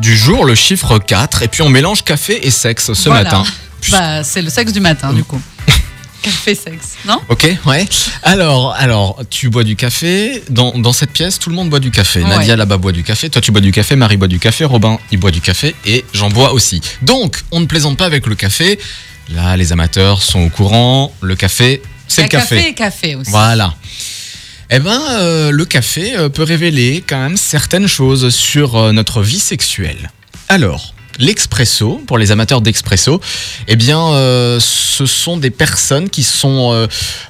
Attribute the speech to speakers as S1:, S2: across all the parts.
S1: du jour, le chiffre 4, et puis on mélange café et sexe ce
S2: Voilà.
S1: matin.
S2: Bah, c'est le sexe du matin, du coup. Café sexe, non
S1: Ok, ouais. Alors, alors, tu bois du café. Dans, dans cette pièce, tout le monde boit du café.
S2: Ouais.
S1: Nadia là-bas boit du café. Toi, tu bois du café. Marie boit du café. Robin, il boit du café. Et j'en bois aussi. Donc, on ne plaisante pas avec le café. Là, les amateurs sont au courant. Le café, c'est
S2: Il y
S1: le
S2: a
S1: café.
S2: Bah, Café et café aussi.
S1: Voilà. Eh ben, euh, le café euh, peut révéler quand même certaines choses sur euh, notre vie sexuelle. Alors, l'expresso, pour les amateurs d'expresso, eh bien, euh, ce sont des personnes qui sont euh,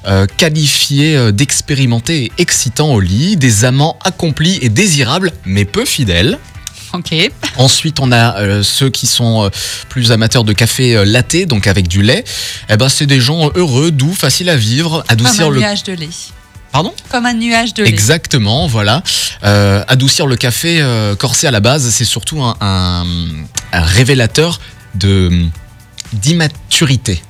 S1: euh, qualifiées euh, d'expérimentées et excitants au lit, des amants accomplis et désirables, mais peu fidèles.
S2: Ok.
S1: Ensuite, on a euh, ceux qui sont euh, plus amateurs de café euh, latte, donc avec du lait. Eh ben, c'est des gens heureux, doux, faciles à vivre,
S2: Comme un
S1: adoucir le...
S2: nuage de lait.
S1: Pardon
S2: Comme un nuage de lait.
S1: Exactement, voilà. Euh, adoucir le café euh, corsé à la base, c'est surtout un, un- un révélateur de d'immaturité.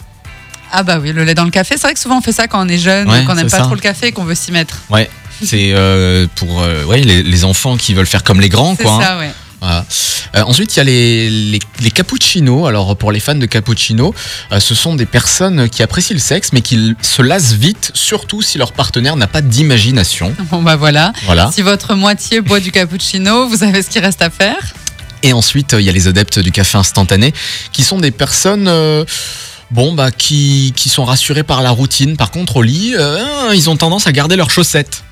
S2: Ah bah oui, le lait dans le café. C'est vrai que souvent on fait ça quand on est jeune,
S1: Ouais,
S2: qu'on n'aime
S1: c'est
S2: pas
S1: ça.
S2: trop le café et qu'on veut s'y mettre. Mhm.
S1: C'est euh, pour euh, ouais, les, les enfants qui veulent faire comme les grands,
S2: C'est
S1: quoi. hein.
S2: ça, ouais.
S1: Voilà. Euh, ensuite, il y a les, les, les cappuccinos. Alors, pour les fans de cappuccino, euh, ce sont des personnes qui apprécient le sexe, mais qui l- se lassent vite, surtout si leur partenaire n'a pas d'imagination.
S2: Bon bah voilà.
S1: Voilà.
S2: Si votre moitié boit du cappuccino, vous savez ce qu'il reste à faire.
S1: Et ensuite, euh, il y a les adeptes du café instantané, qui sont des personnes, euh, bon, bah, qui, qui sont rassurées par la routine. Par contre, au lit, euh, ils ont tendance à garder leurs chaussettes.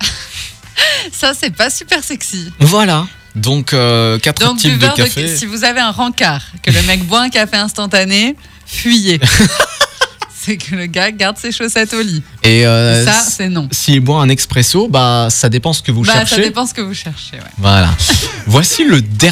S2: Ça, c'est pas super sexy.
S1: Voilà. Donc, euh, quatre
S2: Donc,
S1: types de
S2: buveur de
S1: café.
S2: si vous avez un rencard, que le mec boit un café instantané, fuyez. c'est que le gars garde ses chaussettes au lit.
S1: Et euh,
S2: ça,
S1: s-
S2: c'est non.
S1: s'il boit un expresso, bah, ça dépend ce que vous
S2: Bah, ça
S1: cherchez.
S2: dépend ce que vous cherchez. ouais.
S1: Voilà. Voici le dernier.